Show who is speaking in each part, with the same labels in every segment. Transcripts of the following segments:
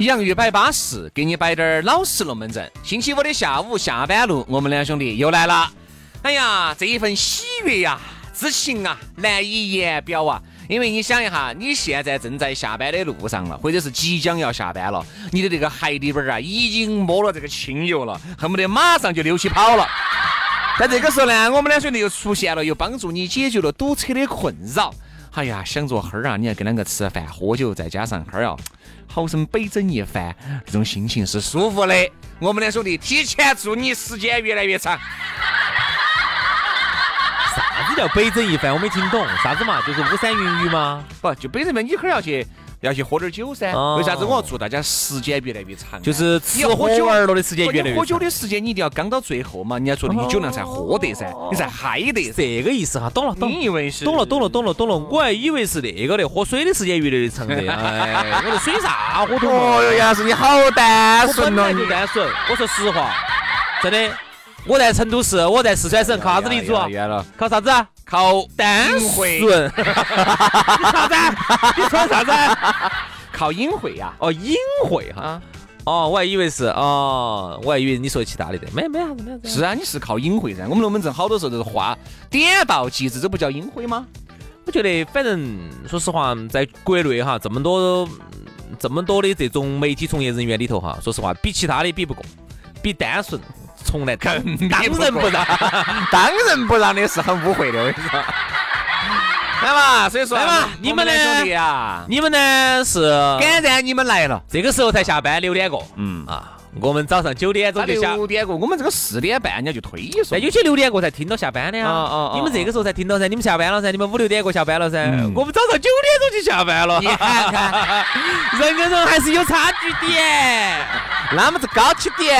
Speaker 1: 洋芋摆巴适，给你摆点儿老实龙门阵。星期五的下午下班路，我们两兄弟又来了。哎呀，这一份喜悦呀、之情啊，难以言表啊。因为你想一下，你现在正在下班的路上了，或者是即将要下班了，你的这个海底板儿啊，已经摸了这个清油了，恨不得马上就溜起跑了。 但这个时候呢，我们两兄弟又出现了，又帮助你解决了堵车的困扰。哎呀，想着哈儿啊，你要跟两个吃饭喝酒，再加上哈儿啊，好生北整一番，这种心情是舒服的。我们两兄弟提前祝你时间越来越长。
Speaker 2: 啥子叫北整一番？我没听懂，啥子嘛？就是巫山云雨吗？
Speaker 1: 不，就北整嘛，你可儿要去要去喝点酒噻。
Speaker 2: 哦
Speaker 1: 为啥子我要祝大家时间越来越长啊？
Speaker 2: 就是
Speaker 1: 你
Speaker 2: 吃
Speaker 1: 要
Speaker 2: 喝
Speaker 1: 喝酒
Speaker 2: 玩乐的时间越来
Speaker 1: 不
Speaker 2: 越
Speaker 1: 你喝酒
Speaker 2: 长。哦
Speaker 1: 的时间你一定要刚到最后嘛，你要坐那些酒量才喝得噻，你才嗨得噻。
Speaker 2: 这个意思哈，懂了，懂了
Speaker 1: 你以为是
Speaker 2: 懂了，懂了，懂了，懂了。我还以为是那个的，喝水的时间越来越长的。 哎，我这水啥喝懂了？
Speaker 1: 哦哟，杨老师你好单
Speaker 2: 我本来
Speaker 1: 哎
Speaker 2: 就单纯，我说实话，真的。我在成都市，我在四川省，靠啥子立足啊？
Speaker 1: 远了，
Speaker 2: 靠啥子啊？靠单
Speaker 1: 隐晦
Speaker 2: 纯。你
Speaker 1: 哎
Speaker 2: 啥子啊？ 你穿啥子啊？
Speaker 1: 靠隐晦呀。
Speaker 2: 哦，隐晦哈
Speaker 1: 啊。
Speaker 2: 哦，我还以为是哦，我还以为你说其他的的，没没啥子没啥子。
Speaker 1: 是啊，你是靠隐晦噻。我们龙门阵好多时候都是话点到即止，这不叫隐晦吗？
Speaker 2: 我觉得反正说实话，在国内哈这么多这么多的这种媒体从业人员里头哈，说实话比其他的比不过，比单纯从来当当
Speaker 1: 比不
Speaker 2: 仁
Speaker 1: 过
Speaker 2: 不让。
Speaker 1: 当仁不让的是很污秽的，我跟你说。来嘛，所以说
Speaker 2: 来嘛你
Speaker 1: 我们
Speaker 2: 们呢
Speaker 1: 两兄弟啊，
Speaker 2: 你们呢是
Speaker 1: 感染你们来了。
Speaker 2: 这个时候才下班六点过
Speaker 1: 嗯，
Speaker 2: 啊，我们早上九点
Speaker 1: 他
Speaker 2: 钟就下。
Speaker 1: 六点过，我们这个四点半人家就推
Speaker 2: 但
Speaker 1: 送。
Speaker 2: 有些六点过才听到下班的
Speaker 1: 啊啊
Speaker 2: 呀
Speaker 1: 啊，
Speaker 2: 你们这个时候才听到噻，你们下班了噻，你们五六点过下班了噻，
Speaker 1: 嗯
Speaker 2: 我们早上九点钟就下班了
Speaker 1: 你，看看，
Speaker 2: 人跟人还是有差距的，那么是高起点。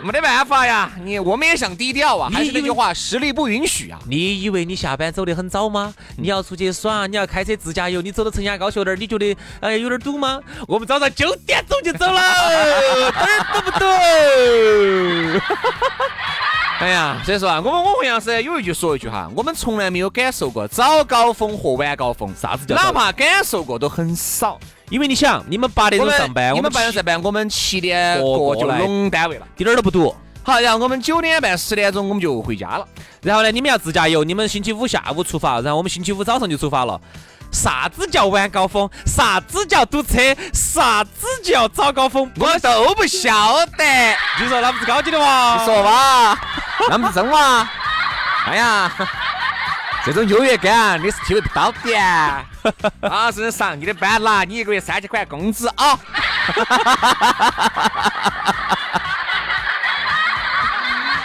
Speaker 1: 没得办法呀，你我们也想低调啊，
Speaker 2: 你
Speaker 1: 还是那
Speaker 2: 因
Speaker 1: 句
Speaker 2: 为
Speaker 1: 话，实力不允许啊。
Speaker 2: 你以为你下班走得很早吗？
Speaker 1: 嗯
Speaker 2: 你要出去耍，你要开车自驾游，你走到城墙高速那儿，你觉得哎有点堵吗？我们早上九点钟就 走了，堵儿堵不堵？
Speaker 1: 哎呀，所以说啊，我们我和杨师有一句说一句哈，我们从来没有感受过早高峰和晚高峰，
Speaker 2: 啥子叫
Speaker 1: 哪
Speaker 2: 早
Speaker 1: 怕感受过都很少。
Speaker 2: 因为你想，你们八点
Speaker 1: 我
Speaker 2: 钟
Speaker 1: 们
Speaker 2: 上班，
Speaker 1: 你
Speaker 2: 我
Speaker 1: 们
Speaker 2: 们
Speaker 1: 八点
Speaker 2: 班
Speaker 1: 上班，我们七点
Speaker 2: 过
Speaker 1: 过就
Speaker 2: 过来
Speaker 1: 拢单位了。
Speaker 2: 一点儿都不堵。
Speaker 1: 好，然后我们九点半、十点钟我们就回家了。
Speaker 2: 然后呢，你们要自驾游，你们星期五下午出发，然后我们星期五早上就出发了。啥子叫晚高峰？啥子叫堵车？啥子叫早高峰？
Speaker 1: 我都不晓得，
Speaker 2: 你说那不是高级的哇？
Speaker 1: 你说吧，那不是真哇？哎呀，这种优越感你是体会不到的。啊，真上你的班啦，你一个月三千块工资啊！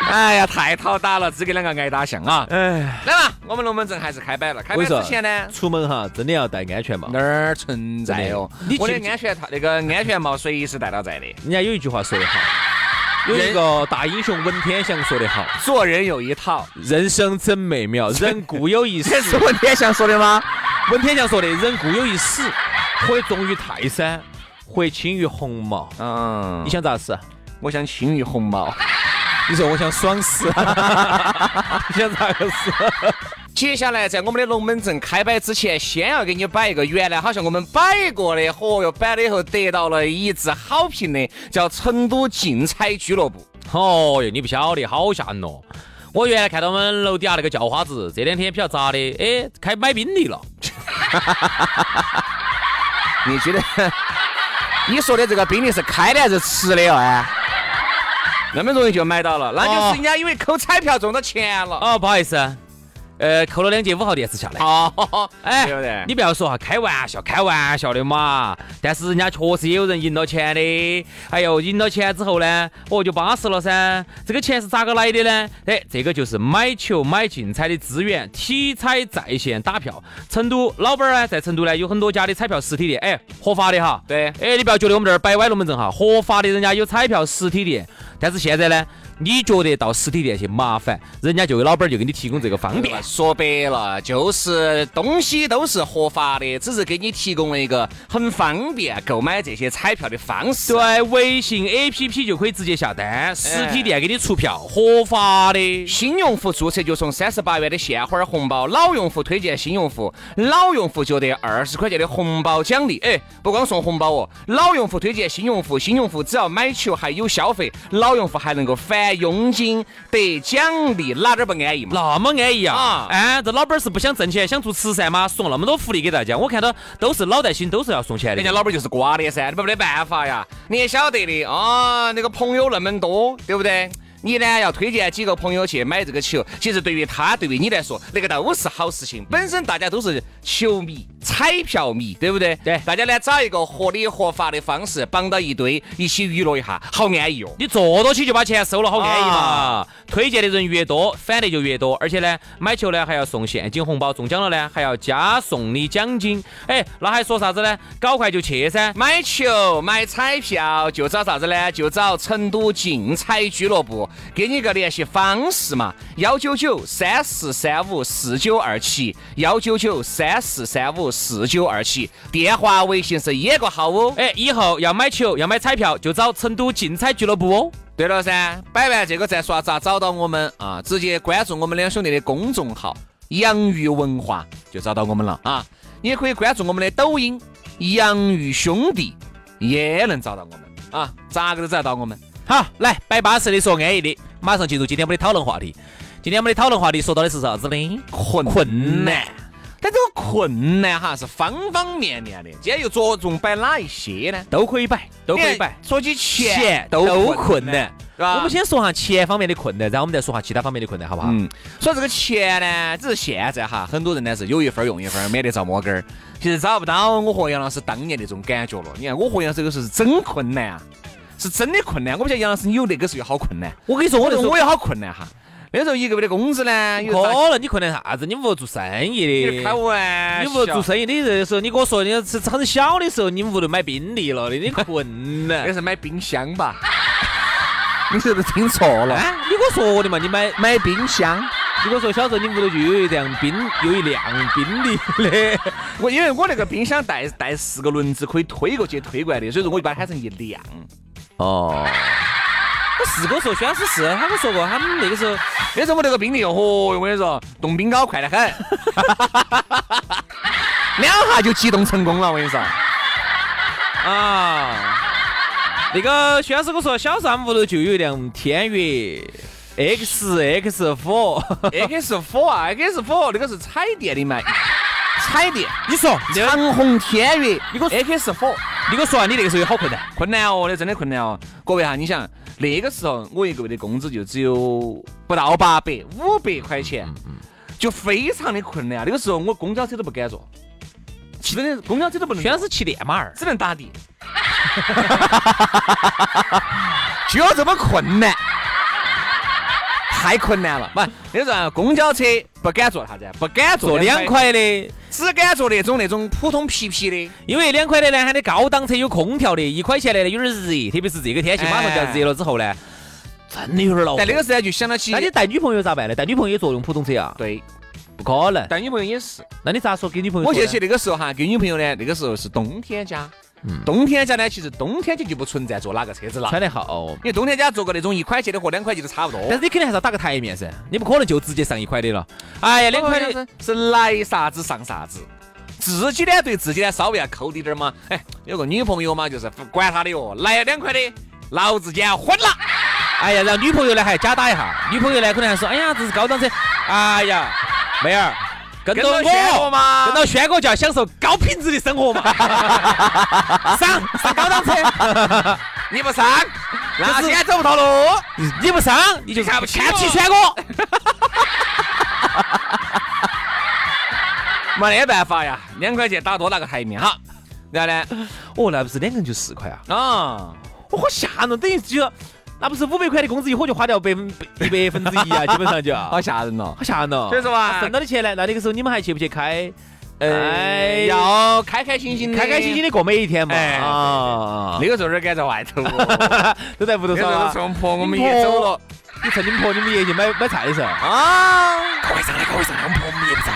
Speaker 1: 哎呀，太讨打了，只给两个挨打像啊！
Speaker 2: 哎，
Speaker 1: 来嘛，我们龙门阵还是开摆了。开摆
Speaker 2: 我跟你
Speaker 1: 之
Speaker 2: 说
Speaker 1: 前呢，
Speaker 2: 出门哈，真的要戴安 全帽。
Speaker 1: 哪儿存在哦
Speaker 2: 真的你？
Speaker 1: 我的
Speaker 2: 记不记
Speaker 1: 安全套那个安全帽随时带到在的。
Speaker 2: 人家有一句话说得好，有一个大英雄文天祥说得好
Speaker 1: 做人有一套，：“
Speaker 2: 人生真美妙， 人固有 一死。
Speaker 1: 文天祥说的吗？”
Speaker 2: 文天祥说的：“人固有一死，或重于泰山，或轻于鸿毛。”
Speaker 1: 嗯
Speaker 2: 你，想咋死？
Speaker 1: 我想轻于鸿毛。
Speaker 2: 你说我想爽死， 你想咋个死？
Speaker 1: 接下来在我们的龙门阵开摆之前，先要给你摆一个原来好像我们摆过的，嚯哟，摆了以后得到了一致好评的，叫成都竞彩俱乐部。
Speaker 2: 哦哟，你不晓得，好吓人哦！我原来看到我们楼底下那个叫花子，这两天比较杂的，哎，开买宾利了。
Speaker 1: 你觉得？ 你说的这个冰的是开的还是吃的哟？ 哎，那么容易就买到了，那就是人家因为抠彩票中到钱了。
Speaker 2: 哦，不好意思，呃，扣了两节五号电池下来。
Speaker 1: 哦，
Speaker 2: 哎，
Speaker 1: 对不对？
Speaker 2: 你不要说哈，开玩笑，开玩笑的嘛。但是人家确实也有人赢了钱的。哎呦，赢了钱之后呢，哦就巴适了噻。这个钱是咋个来的呢？哎，这个就是买球买竞彩的资源，体彩在线打票。成都老板儿呢，在成都呢有很多家的彩票实体店，哎，合法的哈。
Speaker 1: 对
Speaker 2: 哎，你不要觉得我们这儿摆歪龙门阵哈，合法的人家有彩票实体店，但是现在呢，你觉得到实体店去麻烦，人家就有老板儿就给你提供这个方便。
Speaker 1: 说白了就是东西都是合法的，只是给你提供了一个很方便购买这些彩票的方式。
Speaker 2: 对，微信 APP 就可以直接下单，实体店给你出票，合法的。
Speaker 1: 新用户注册就送三十八元的现花红包，老用户推荐新用户，老用户就得二十块钱的红包奖励。哎，不光送红包哦，老用户推荐新用户，新用户只要买球还有消费，老用户还能够返佣金得奖励，哪点儿不安逸嘛？
Speaker 2: 那么安逸啊
Speaker 1: 啊！
Speaker 2: 哎，这老板儿是不想挣钱，想做慈善吗？送那么多福利给大家，我看到都是脑袋心，都是要送钱
Speaker 1: 人家
Speaker 2: 的。
Speaker 1: 老板就是瓜的噻，你没得办法呀。你也晓得的啊，那个朋友那么多，对不对？你呢要推荐几个朋友去买这个球，其实对于他，对于你来说，那个都是好事情。本身大家都是球迷、彩票迷，对不对？
Speaker 2: 对
Speaker 1: 大家呢找一个合理合法的方式绑到一堆，一起娱乐一下，好安逸哦。
Speaker 2: 你坐到起就把钱收了，好安逸嘛
Speaker 1: 啊！
Speaker 2: 推荐的人越多，返的就越多，而且呢，买球呢还要送现金红包，中奖了呢还要加送你奖金。哎，那还说啥子呢？搞快就去噻！
Speaker 1: 买球、买彩票就找啥子呢？就找成都竞彩俱乐部，给你个联系方式嘛，幺九九三四三五四九二七，幺九九三四三五四九二七，电话、微信是一个号哦。
Speaker 2: 哎，以后要买球要买彩票，就找成都竞彩俱乐部哦。
Speaker 1: 对了噻，摆完这个再说咋找到我们啊？直接关注我们两兄弟的公众号“洋芋文化”就找到我们了啊！也可以关注我们的抖音“洋芋兄弟”，也能找到我们啊！咋个都找到我们。
Speaker 2: 好，来摆巴适的说安逸的，马上进入今天我们的讨论话题。今天我们的讨论话题说到的是啥子呢？
Speaker 1: 困
Speaker 2: 困难
Speaker 1: 难。但这个困难哈是方方面面的，今天又着重摆哪一些呢？
Speaker 2: 都可以摆，都可以摆。。
Speaker 1: 说起钱
Speaker 2: 钱
Speaker 1: 都
Speaker 2: 困
Speaker 1: 困
Speaker 2: 难
Speaker 1: 难，，
Speaker 2: 是
Speaker 1: 是
Speaker 2: 吧？
Speaker 1: 吧
Speaker 2: 我们先说下钱方面的困难，然后我们再说下其他方面的困难，好不好？
Speaker 1: 嗯，说这个钱呢，只是现在哈，很多人呢是有一分儿用一分儿，免得遭摸根儿。其实找不到我和杨老师当年那种感觉了。你看我和杨老师有时候是真困难啊，是真的困难。我不晓得杨老师你有那个时候有好困难，
Speaker 2: 我跟你说，
Speaker 1: 我
Speaker 2: 我那时候
Speaker 1: 我也好困难哈。那时候一个月的工资呢，有时候
Speaker 2: 可能你困难啥子？你不做生意
Speaker 1: 你
Speaker 2: 的。
Speaker 1: 开玩
Speaker 2: 你
Speaker 1: 笑，
Speaker 2: 不做生意的那时候，你跟我说你是很小的时候，你屋头买宾利了的，你困难
Speaker 1: 那。是买冰箱吧？ 你是不是听错了？
Speaker 2: 哎，你跟我说的嘛，你买，
Speaker 1: 买冰箱，
Speaker 2: 你跟我说小时候你屋头就有一辆宾，有一辆宾利 的。
Speaker 1: 我因为我那个冰箱带带四个轮子，可以推过去推过来的，所以说我就把它喊成一辆。
Speaker 2: 哦，我是跟我说，薛老师是，他跟我说过，他们那个时候，
Speaker 1: 那时候我那个宾利，嚯，我跟你说，冻冰糕快得很， 两下就启动成功了，我跟你说。
Speaker 2: 啊，那个薛老师跟我说，小时候他们屋头就有一辆天悦 XX 五，
Speaker 1: X four 啊，X four 那个是彩电的嘛，彩电，
Speaker 2: 你说，
Speaker 1: 长虹天悦，
Speaker 2: 你给我
Speaker 1: X four。
Speaker 2: 你给我说啊，你那个时候有好困难？
Speaker 1: 困难哦，那真的困难哦。各位哈，你想那个时候我一个月的工资就只有不到八百，五百块钱，
Speaker 2: 嗯
Speaker 1: 就非常的困难。那个时候我公交车都不敢坐，真的公交车都不能
Speaker 2: 薛
Speaker 1: 坐，
Speaker 2: 老师骑电马儿，
Speaker 1: 只能 打的，就这么困难。太困难了，不，那个时候啊公交车不敢坐啥子，不敢坐
Speaker 2: 坐两，块的。
Speaker 1: 只敢坐那种那种普通皮皮的。
Speaker 2: 因为两块的呢，它的高档车有空调的，一块钱的呢有点热，特别是这个天气
Speaker 1: 哎
Speaker 2: 马上就要热了之后呢，真的有点恼
Speaker 1: 哦
Speaker 2: 火。
Speaker 1: 但那个时候就想到起
Speaker 2: 那，你带女朋友咋办呢？带女朋友也坐用普通车啊？
Speaker 1: 对，
Speaker 2: 不可能。
Speaker 1: 但女朋友也是，
Speaker 2: 那你咋说给女朋友？
Speaker 1: 我记得起那个时候哈，跟女朋友呢，那个时候是冬天家，冬天家呢，其实冬天家就不存在坐哪个车子了，
Speaker 2: 穿得好，
Speaker 1: 因为冬天家坐个那种一块钱的和两块钱的差不多。
Speaker 2: 但是你肯定还是要打个台面噻，你不可能就直接上一块的了。哎呀，两块的，
Speaker 1: 哦是是来啥子上啥子，自己呢对自己呢稍微要抠滴点儿嘛。哎，有个女朋友嘛，就是不管她的哟，来两块的，老子今天昏了。
Speaker 2: 哎呀，然后女朋友呢还要假打一下，女朋友呢可能还说，哎呀，这是高档车，哎呀，妹儿，跟
Speaker 1: 跟
Speaker 2: 着
Speaker 1: 着轩哥
Speaker 2: 我
Speaker 1: 嘛
Speaker 2: 跟到轩哥就要享受高品质的生活 嘛，上上高 档车，
Speaker 1: 你不上，那
Speaker 2: 就是
Speaker 1: 今天走不到路。
Speaker 2: 你不上你就
Speaker 1: 看不起我
Speaker 2: 看不起轩哥，
Speaker 1: 没得办法呀，两块钱打多那个台面哈。然后呢，
Speaker 2: 哦，那不是两个人就四块啊，
Speaker 1: 啊，
Speaker 2: 我好吓人，等于就那不是五百块的工资一伙就花掉百分一百分之一 啊，基本上就
Speaker 1: 好
Speaker 2: 好
Speaker 1: 吓人哦。
Speaker 2: 吓人哦，
Speaker 1: 所以说啊
Speaker 2: 挣，到的钱呢，那那个时候你们还去不去开？
Speaker 1: 哎，要开开心心的，
Speaker 2: 开开心心。的过每一天嘛，
Speaker 1: 哎
Speaker 2: 啊，
Speaker 1: 那个时候哪敢在外头哦，
Speaker 2: 都在屋头啊
Speaker 1: 那时候
Speaker 2: 耍，
Speaker 1: 从婆我们也走了
Speaker 2: 你趁你们婆你们爷去买买菜的时候，
Speaker 1: 啊。快上来，快上来，我们婆我们也不在。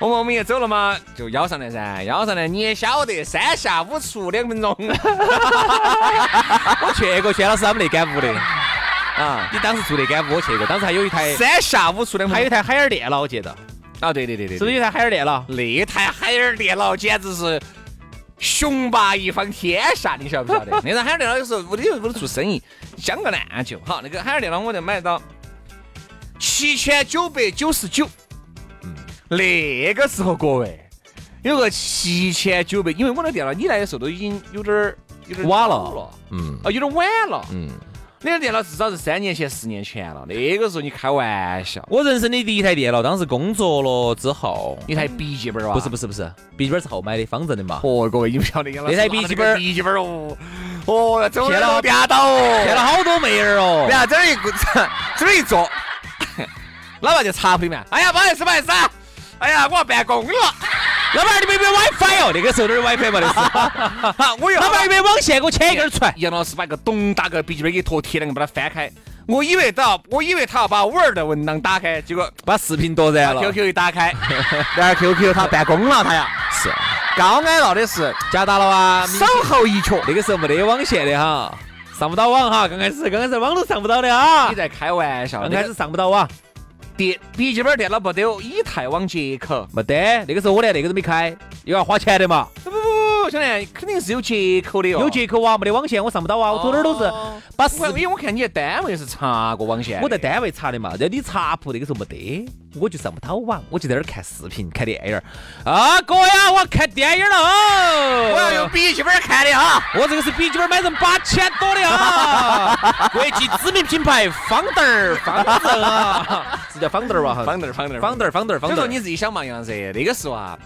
Speaker 1: 我们我们也走了嘛，就邀上来噻，邀上来你也晓得，三下五除两分钟
Speaker 2: 我去过轩老师他们那间屋的，
Speaker 1: 啊，
Speaker 2: 你当时住那间屋我去过，当时还有一台，
Speaker 1: 三下五除两
Speaker 2: 还
Speaker 1: 分
Speaker 2: 有一
Speaker 1: 钟。
Speaker 2: 台海尔店了，我记得，
Speaker 1: 啊，对对对对，
Speaker 2: 是不是有一台海尔店了？
Speaker 1: 那台海尔电脑简直是雄霸一方天下，你晓不晓得？那台海尔电脑有时候屋里屋里做生意香个烂就好，那个海尔电脑我就买到七千九百九十九。
Speaker 2: 嗯
Speaker 1: 那个时候各位有个七千九百，因为我那电脑你来的时候都已经有点儿有点儿
Speaker 2: 晚了
Speaker 1: 老了，
Speaker 2: 嗯
Speaker 1: 啊，有点晚了。
Speaker 2: 嗯，
Speaker 1: 那个电脑至少是三年前、十年前了，那个时候你开玩笑，
Speaker 2: 我人生的第一台电脑，当时工作了之后，
Speaker 1: 一台笔记本吧？
Speaker 2: 嗯不是不是不是，笔记本是后买的，方正的嘛，
Speaker 1: 哦，各位，你们晓得杨老师
Speaker 2: 那台笔记本
Speaker 1: 拿着那个笔记本哦，哦，走
Speaker 2: 骗了
Speaker 1: 边倒哦，哎
Speaker 2: 骗了好多妹儿哦，
Speaker 1: 然后这儿一 个这儿一坐， 老板就插不里面，哎呀，不好意思，不好意思啊，哎呀，我要办公了，
Speaker 2: 老板儿你没买 WiFi 哦，那个时候哪有 WiFi 嘛，那是，
Speaker 1: 哎哈，我又
Speaker 2: 老板儿你没网线给我牵一根儿出来，
Speaker 1: 杨老师把个咚大个笔记本给脱贴了，把它翻开，我以为到，我以为他要把 Word 的文档打开，结果
Speaker 2: 把视频夺燃
Speaker 1: 把
Speaker 2: 了，
Speaker 1: QQ 一打开， 然后 QQ 他办公了，他呀，
Speaker 2: 是
Speaker 1: 高矮闹的是
Speaker 2: 加大了哇，
Speaker 1: 稍后一瞧，
Speaker 2: 那个时候没得网线的哈，上不到网哈，刚开始刚开始网都上不到的啊
Speaker 1: 你，在开玩笑，
Speaker 2: 刚
Speaker 1: 那
Speaker 2: 开
Speaker 1: 个
Speaker 2: 始上不到网，
Speaker 1: 电笔记本电脑不得有以太网接口。
Speaker 2: 没得，那个时候我连那个都没开，又要花钱的嘛，
Speaker 1: 不不不不，兄弟，肯定是有接口的哟。
Speaker 2: 有接口啊哇，没得网线我上不到哇，我走哪儿都是
Speaker 1: 哦
Speaker 2: 把视
Speaker 1: 我看因为我看你在单位是插过网线的。
Speaker 2: 我在单位查的嘛，然后你查铺那个时候没得，我就上不到网，我就在那儿看视频、看电影儿。啊，哥呀，我要看电影了哦！
Speaker 1: 哎我要用笔记本看的哈。
Speaker 2: 我这个是笔记本买人八千多的 啊，国际知名品牌方凳儿，方凳啊， 是叫方凳儿吧？哈，
Speaker 1: 方凳儿，方凳儿，
Speaker 2: 方
Speaker 1: 凳
Speaker 2: 凳儿，方凳儿，
Speaker 1: 儿。
Speaker 2: 方
Speaker 1: 所以
Speaker 2: 凳
Speaker 1: 说
Speaker 2: 儿。
Speaker 1: 你自己想嘛，杨子，那个时候啊，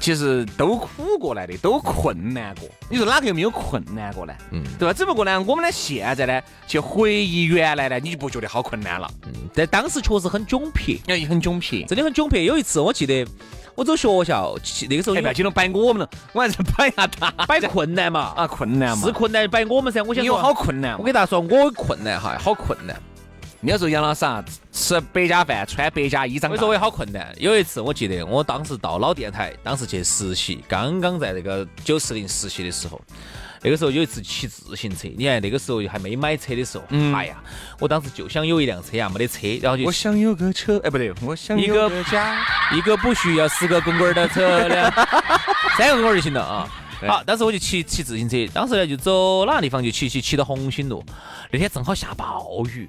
Speaker 1: 其实都苦过来的，都困难过。你说哪个又没有困难过呢？
Speaker 2: 嗯
Speaker 1: 对吧？只不过呢，我们呢现在呢，去回忆原来呢，你就不觉得好困难了，
Speaker 2: 嗯但当时确实很窘迫，
Speaker 1: 因为很窘迫。
Speaker 2: 真的很窘迫。有一次我记得我走学校，去那个时候
Speaker 1: 哎，
Speaker 2: 因
Speaker 1: 不要
Speaker 2: 为
Speaker 1: 激动，摆我们了，我还是摆一下他
Speaker 2: 摆困难嘛，
Speaker 1: 啊，困难嘛，
Speaker 2: 是困难摆我们噻。我想
Speaker 1: 你有
Speaker 2: 说
Speaker 1: 好困难嘛
Speaker 2: 我给大家说，我困难哈，好困难。
Speaker 1: 那时候杨老师啊，吃百家饭，穿百家衣，长
Speaker 2: 我
Speaker 1: 大
Speaker 2: 说我也好困难。有一次我记得，我当时到老电台，当时去实习，刚刚在那个九四零实习的时候，那个时候有一次骑自行车，你看那个时候还没买车的时候，哎呀，我当时就想有一辆车呀，没得车，然后就
Speaker 1: 我想有个车，哎，不对，我想
Speaker 2: 一
Speaker 1: 有
Speaker 2: 个
Speaker 1: 个家。
Speaker 2: 一个不需要十个滚滚儿的车 辆，三个滚滚儿就行了啊。
Speaker 1: 对
Speaker 2: 好，当时我就骑骑自行车，当时呢就走哪个地方就骑骑骑到红星路，那天正好下暴雨。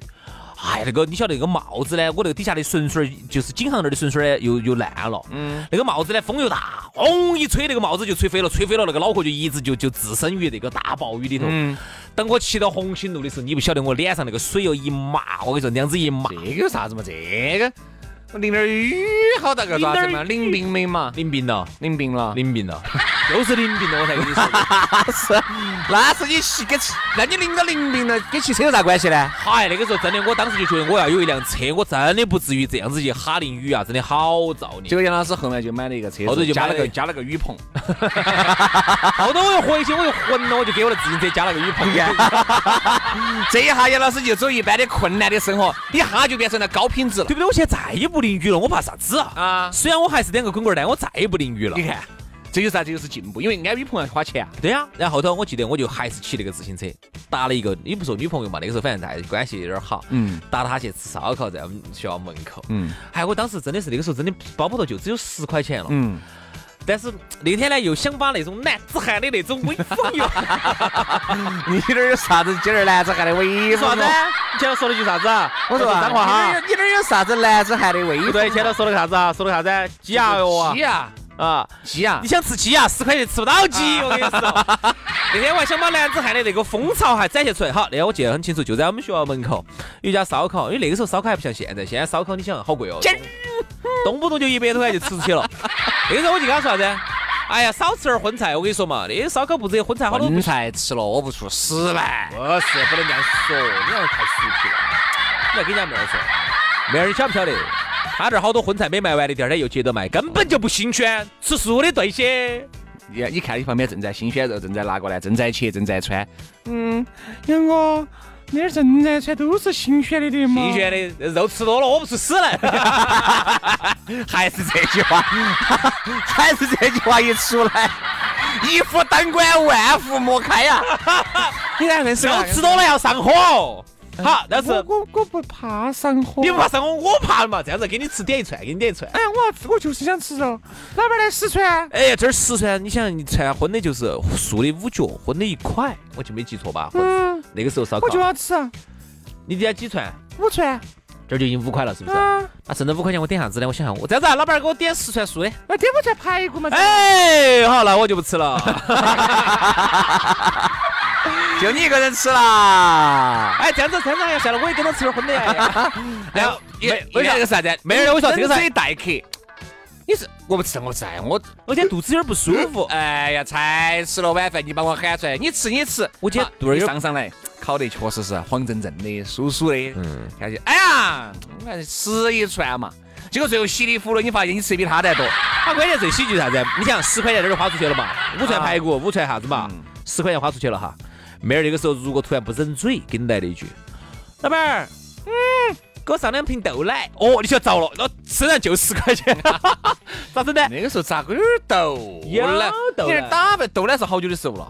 Speaker 2: 哎，那个你晓得那个帽子呢？我那个底下的绳绳儿就是颈项那儿的绳绳儿呢，又又烂了。嗯。那个帽子呢，风又大，轰一吹，那个帽子就吹飞了，吹飞了，那个脑壳就一直就就置身于那个大暴雨里头。嗯。等我骑到红星路的时候，你不晓得我脸上那个水又一麻，我跟你说，那样子一 麻
Speaker 1: 哦这，个有啥子嘛？这个我淋点儿雨好大个爪子嘛？淋病没嘛？
Speaker 2: 淋病了，
Speaker 1: 淋病 了？
Speaker 2: 淋病 了，就是淋病了，我才跟你说的。
Speaker 1: 那是你骑跟骑，那你淋到淋病了，跟骑车有啥关系呢？
Speaker 2: 嗨，那个时候真的，我当时就觉得我要有一辆车，我真的不至于这样子去哈淋雨啊，真的好造
Speaker 1: 结
Speaker 2: 孽。
Speaker 1: 果杨老师后面哦就买了一个车子，
Speaker 2: 后头就
Speaker 1: 加
Speaker 2: 买
Speaker 1: 了
Speaker 2: 了
Speaker 1: 个
Speaker 2: 一个
Speaker 1: 加了个雨棚，
Speaker 2: 后头我又回去，我又混了，我就给我的自行车加了 个雨
Speaker 1: 哎
Speaker 2: 棚。
Speaker 1: 这一下杨老师就走一般的困难的生活，一下就变成了高品质了
Speaker 2: 对不对？我现在再也不淋雨了，我怕啥子啊？
Speaker 1: 啊！
Speaker 2: 虽然我还是两个滚棍儿，但我再也不淋雨了
Speaker 1: 你。看，这就是啥？这就是进步，因为安雨棚要花钱啊。
Speaker 2: 对呀、然后后头我记得我就还是骑那个自行车，搭了一个，你不说女朋友嘛，那个时候反正大家关系有点好，
Speaker 1: 嗯，
Speaker 2: 搭她去吃烧烤，在我们学校门口，
Speaker 1: 嗯
Speaker 2: 哎，我当时真的是那个时候真的包包头就只有十块钱了，
Speaker 1: 嗯，
Speaker 2: 但是那天呢，又想把那种男子汉的那种威风哟，
Speaker 1: 你这儿有啥子今儿男子汉的威哦
Speaker 2: 说啥子？你前头说了句啥子啊？
Speaker 1: 我说
Speaker 2: 脏话哈。
Speaker 1: 哎你这儿有啥子男子汉的威
Speaker 2: 不
Speaker 1: 风？哦
Speaker 2: 对，前头说了个啥子啊？说了个啥子？鸡鸭哟啊
Speaker 1: 鸡啊，
Speaker 2: 啊！
Speaker 1: 鸡啊
Speaker 2: 你！想吃鸡啊？十块钱吃不到鸡，我跟你说。 那天我还想把男子汉的那个风潮还展现出来。好，那天我记得很清楚，就在我们学校门口有一家烧烤，因为那个时候烧烤还不像现在，现在烧烤你想好贵哦，动不动就一百多块钱就吃出 去了。那个时候我就跟他说啥子？哎呀，少吃点荤菜，我跟你说嘛，那些烧烤铺子的荤菜好多
Speaker 1: 荤菜吃了饿不出屎来。
Speaker 2: 不是，不能这样说，你要太俗气了。你要跟人家妹儿说，妹儿你晓不晓得？他这儿好多荤菜没卖完的，第二天又接着卖，根本就不新鲜。吃素的对些。
Speaker 1: 你你看你旁边正在新鲜肉正在拿过来，正在切，正在穿。 嗯，杨哥，那儿正在穿都是新鲜的的嘛
Speaker 2: 新鲜的肉吃哎多了，我不是死 了。
Speaker 1: 还是这句话， 还是这句话一出来，一夫当关，万夫莫开呀、你咋认识
Speaker 2: 肉吃多了要上 火。好，但是
Speaker 1: 我我不怕上火
Speaker 2: 你不怕上火，我怕嘛。这样子给你吃点一串，给你点一串。
Speaker 1: 哎呀，我我就是想吃肉，哪边来四川？
Speaker 2: 哎呀，这儿四川，你想，你串荤的就是素的五角，荤的一块，我就没记错吧？
Speaker 1: 嗯，
Speaker 2: 那个时候烧烤，
Speaker 1: 要吃
Speaker 2: 你点几串？
Speaker 1: 五川。
Speaker 2: 这儿就已经五块了，是不是？
Speaker 1: 啊
Speaker 2: 那剩这五块钱我点啥子呢？我想想，我这样子啊，老板儿给我点四川素的。
Speaker 1: 那点不川排骨嘛
Speaker 2: 哎，好，那我就不吃了。
Speaker 1: 就你一个人吃啦。
Speaker 2: 哎，这样子，这样子，哎呀，算了，我也跟着吃点荤的呀。 哎然后，
Speaker 1: 为
Speaker 2: 为
Speaker 1: 为
Speaker 2: 啥
Speaker 1: 啥这个啥子？
Speaker 2: 没人我说这个是
Speaker 1: 人嘴待客。你是我不吃，我不吃，哎我
Speaker 2: 我今天肚子有点不舒服。
Speaker 1: 哎呀，才吃了晚饭，你把我喊出来，你吃你吃，
Speaker 2: 我今天
Speaker 1: 啊
Speaker 2: 肚儿有
Speaker 1: 一
Speaker 2: 点
Speaker 1: 上上来，烤得确实是黄正正的、酥酥的，
Speaker 2: 嗯
Speaker 1: 嗯，看起，哎呀，我还是吃一串嘛，结果最后稀里糊涂，你发现你吃的比他 的还多，
Speaker 2: 他关键最喜剧是啥子？你想十块钱这儿花出去了嘛？五串排骨，五串啥子嘛？十块钱花出去了哈。妹儿那个时候如果突然不忍嘴，给你来了一句：“老板儿，嗯，给我上两瓶豆奶。”哦，你晓得着了，那身上就十块钱， 咋整的？
Speaker 1: 那个时候咋个有点豆
Speaker 2: 有
Speaker 1: 奶？
Speaker 2: 豆
Speaker 1: 你
Speaker 2: 奶
Speaker 1: 那打扮豆奶是好久的时候了？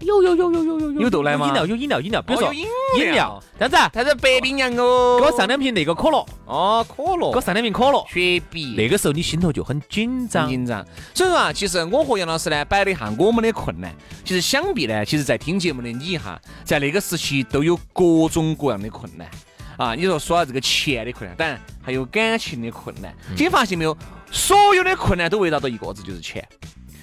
Speaker 2: 有有有有有有有
Speaker 1: 有豆奶吗
Speaker 2: 饮料有饮料饮料，比如说
Speaker 1: 哦有饮
Speaker 2: 饮料
Speaker 1: 料，
Speaker 2: 这样子啊，
Speaker 1: 他是白冰洋哦，
Speaker 2: 给我上两瓶那个可乐，
Speaker 1: 哦，可乐，
Speaker 2: 给我上两瓶可乐。
Speaker 1: 雪碧，
Speaker 2: 那个时候你心头就很紧
Speaker 1: 很
Speaker 2: 张，
Speaker 1: 紧张。所以说啊，其实我和杨老师呢摆了一下我们的困难，其实想必呢，其实在听节目的你哈，在那个时期都有各种各样的困难啊。你说说到这个钱的困难，当然还有感情的困难。
Speaker 2: 嗯
Speaker 1: 你发现没有，所有的困难都围绕着一个字，就是钱。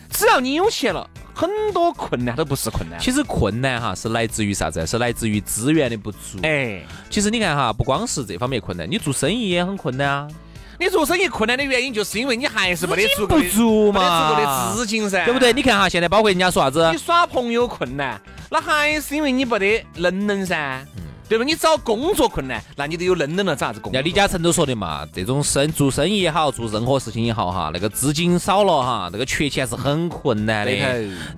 Speaker 1: 只要你有钱了，很多困难都不是困难了。
Speaker 2: 其实困难哈是来自于啥子？是来自于资源的不足。
Speaker 1: 哎，
Speaker 2: 其实你看哈，不光是这方面困难，你做生意也很困难啊，
Speaker 1: 你做生意困难的原因，就是因为你还是没得足够的
Speaker 2: 不足
Speaker 1: 没
Speaker 2: 嘛
Speaker 1: 得足够的资金噻，
Speaker 2: 对不对？？你看哈，现在包括人家说啥子
Speaker 1: 你，耍朋友困难，那还是因为你没得能能噻，对吧？你找工作困难，那你都有能能了，咋子工作？
Speaker 2: 人家李嘉诚都说的嘛，这种生做生意也好，做任何事情也好哈，那个资金少了哈，那个缺钱是很困难的
Speaker 1: 对头，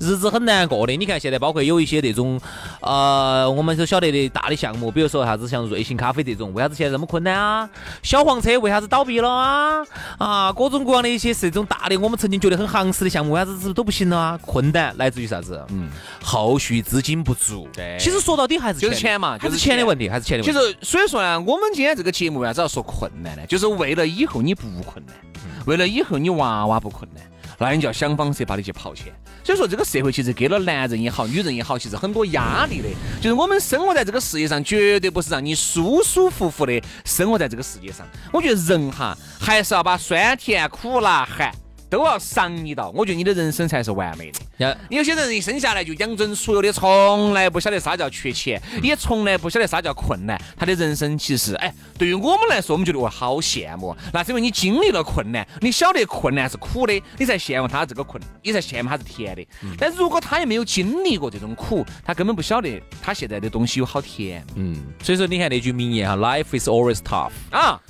Speaker 2: 日子很难过的。你看现在包括有一些这种，呃，我们都晓得的大的项目，比如说啥子像瑞幸咖啡这种，为啥子现在这么困难啊？小黄车为啥子倒闭了啊？啊，各种各样的一些是这种大的，我们曾经觉得很行势的项目，为啥子都不行了啊？困难来自于啥子？嗯，后续资金不足。
Speaker 1: 对
Speaker 2: 其实说到底还是
Speaker 1: 就是
Speaker 2: 的
Speaker 1: 钱嘛
Speaker 2: 还
Speaker 1: 就是是
Speaker 2: 钱的
Speaker 1: 钱
Speaker 2: 问题，还是钱的问
Speaker 1: 其
Speaker 2: 题。
Speaker 1: 实，所以说呢，我们今天这个节目为啊啥子要说困难呢？就是为了以后你不困难，
Speaker 2: 嗯
Speaker 1: 为了以后你娃娃不困难，那你就要想方设法的去刨钱。所以说，这个社会其实给了男人也好，女人也好，其实很多压力的。就是我们生活在这个世界上，绝对不是让你舒舒服服的生活在这个世界上。我觉得人哈，还是要把酸甜苦辣寒都要尝一道，我觉得你的人生才是完美的。
Speaker 2: 人家
Speaker 1: 有些人一生下来就养尊处优的，从来不晓得啥叫缺钱，
Speaker 2: 嗯
Speaker 1: 也从来不晓得啥叫困难。他的人生其实，哎，对于我们来说，我们觉得哇，好羡慕。啊那是因为你经历了困难，你晓得困难是苦的，你才羡慕他这个困，你才羡慕他是甜的。
Speaker 2: 嗯
Speaker 1: 但如果他也没有经历过这种苦，他根本不晓得他现在的东西有好甜
Speaker 2: 嗯，所以说你看那句名言哈，Life is always tough。
Speaker 1: 啊。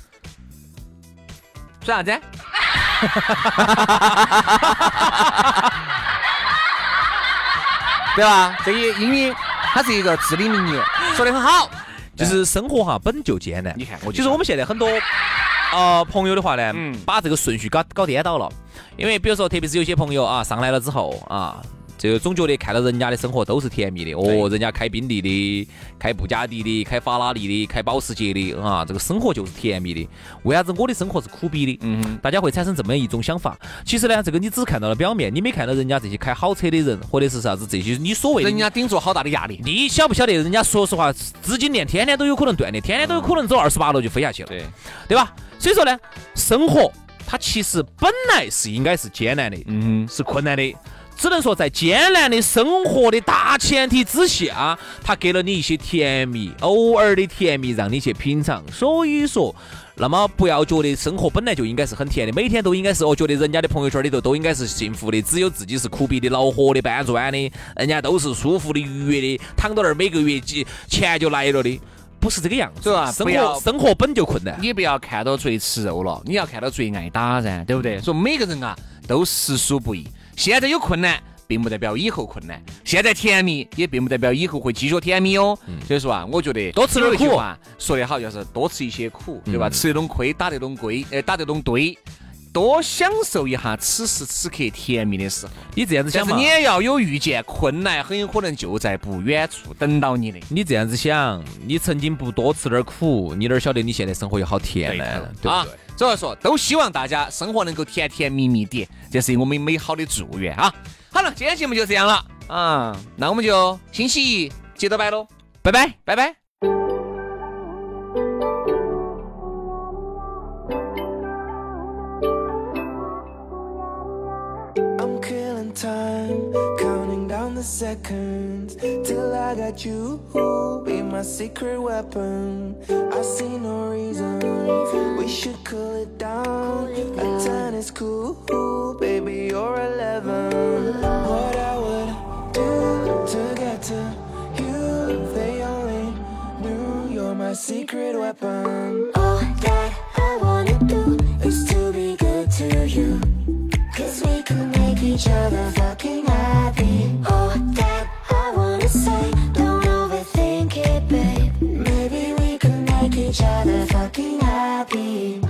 Speaker 1: 说啥子？对吧？这一英语，它是一个至理名言，说的很好。
Speaker 2: 就是生活哈本就艰难。
Speaker 1: 你看我就
Speaker 2: 其实我们现在很多呃朋友的话呢，
Speaker 1: 嗯
Speaker 2: 把这个顺序搞搞颠倒了，因为比如说，特别是有些朋友啊上来了之后啊。就总觉得看到人家的生活都是甜蜜的哦，人家开宾利的，开布加迪的，开法拉利的，开保时捷的啊，这个生活就是甜蜜的。为啥子我的生活是苦逼的？嗯，大家会产生这么一种想法。其实呢，这个你只看到了表面，你没看到人家这些开好车的人，或者是啥子这些你所谓的
Speaker 1: 人家顶住好大的压力。
Speaker 2: 你晓不晓得？人家说实话，资金链天天都有可能断的，天天都有可能走二十八楼就飞下去了，
Speaker 1: 对，
Speaker 2: 对吧？所以说呢，生活它其实本来是应该是艰难的，
Speaker 1: 嗯，
Speaker 2: 是困难的。只能说，在艰难的生活的大前提之下，它给了你一些甜蜜，偶尔的甜蜜让你去品尝。所以说，那么不要觉得生活本来就应该是很甜的，每天都应该是哦，觉得人家的朋友圈里头都应该是幸福的，只有自己是苦逼的、恼火的、搬砖的，人家都是舒服的、愉悦的，躺到那儿每个月几钱就来了的，不是这个样子。
Speaker 1: 对吧
Speaker 2: 生
Speaker 1: 不要
Speaker 2: 活生活本就困难。
Speaker 1: 你不要看到最吃肉了，你要看到最爱打噻，对不
Speaker 2: 嗯
Speaker 1: 对？所以每个人啊都实属不易，现在有困难。并不代表以后困难，现在甜蜜也并不代表以后会继续甜蜜哦。所以说啊，我觉得
Speaker 2: 嗯多吃点
Speaker 1: 有一句
Speaker 2: 苦
Speaker 1: 话
Speaker 2: 啊嗯
Speaker 1: 说得好，就是多吃一些苦，对吧？吃得拢亏，打得拢龟，呃，打得拢堆，多享受一下此时此刻甜蜜的时候。
Speaker 2: 你这样子
Speaker 1: 但
Speaker 2: 想
Speaker 1: 是
Speaker 2: 嘛？
Speaker 1: 你也要有预见，困难很有可能就在不远处等到你的。
Speaker 2: 你这样子想，你曾经不多吃点苦，你哪儿晓得你现在生活有好甜呢？对不
Speaker 1: 啊
Speaker 2: 对？，
Speaker 1: 所以说都希望大家生活能够甜甜蜜蜜的，这是我们美好的祝愿啊！好了，今天节目就这样了啊，那我们就星期一接着摆喽，拜拜，拜拜。
Speaker 3: I'm killing time, counting down the seconds till I got you. Be my secret weapon. I see no reason we should cool it down. A ten is cool, baby. You're eleven. What I would do to get to you? They only knew you're my secret weapon.
Speaker 4: All that I wanna do is to be good to you. Cause we can make each other fucking happy. All that I wanna say, don't overthink it, babe. Maybe we can make each other fucking happy.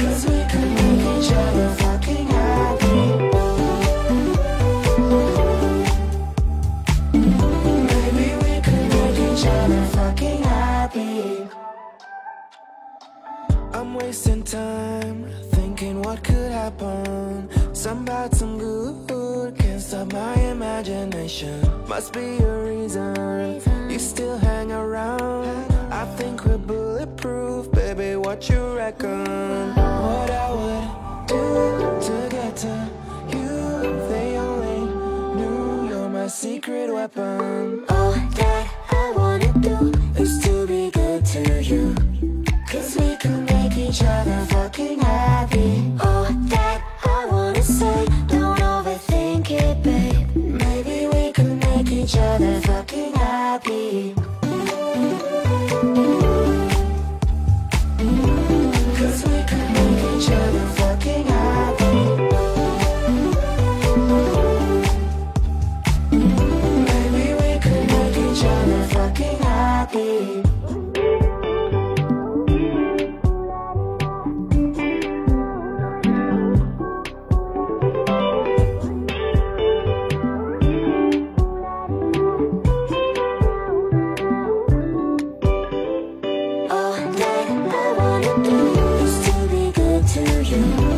Speaker 4: Cause we can make each other fucking happy. Maybe we could make each other fucking happy.
Speaker 3: I'm wasting time thinking what could happen. Some bad, some good. Can't stop my imagination. Must be a reason you still hang around. I think we're bulletproof, baby. What you reckon? What I would do to get to you? if They only knew you're my secret weapon.
Speaker 4: All that I wanna do is to be good to you. Cause we can make each other fucking happy. All that I wanna say, don't overthink it, babe. Maybe we can make each other fucking happy. Cause we can make each other fucking happy. Maybe we could make each other fucking happy. All that I wanna do is to be good to you.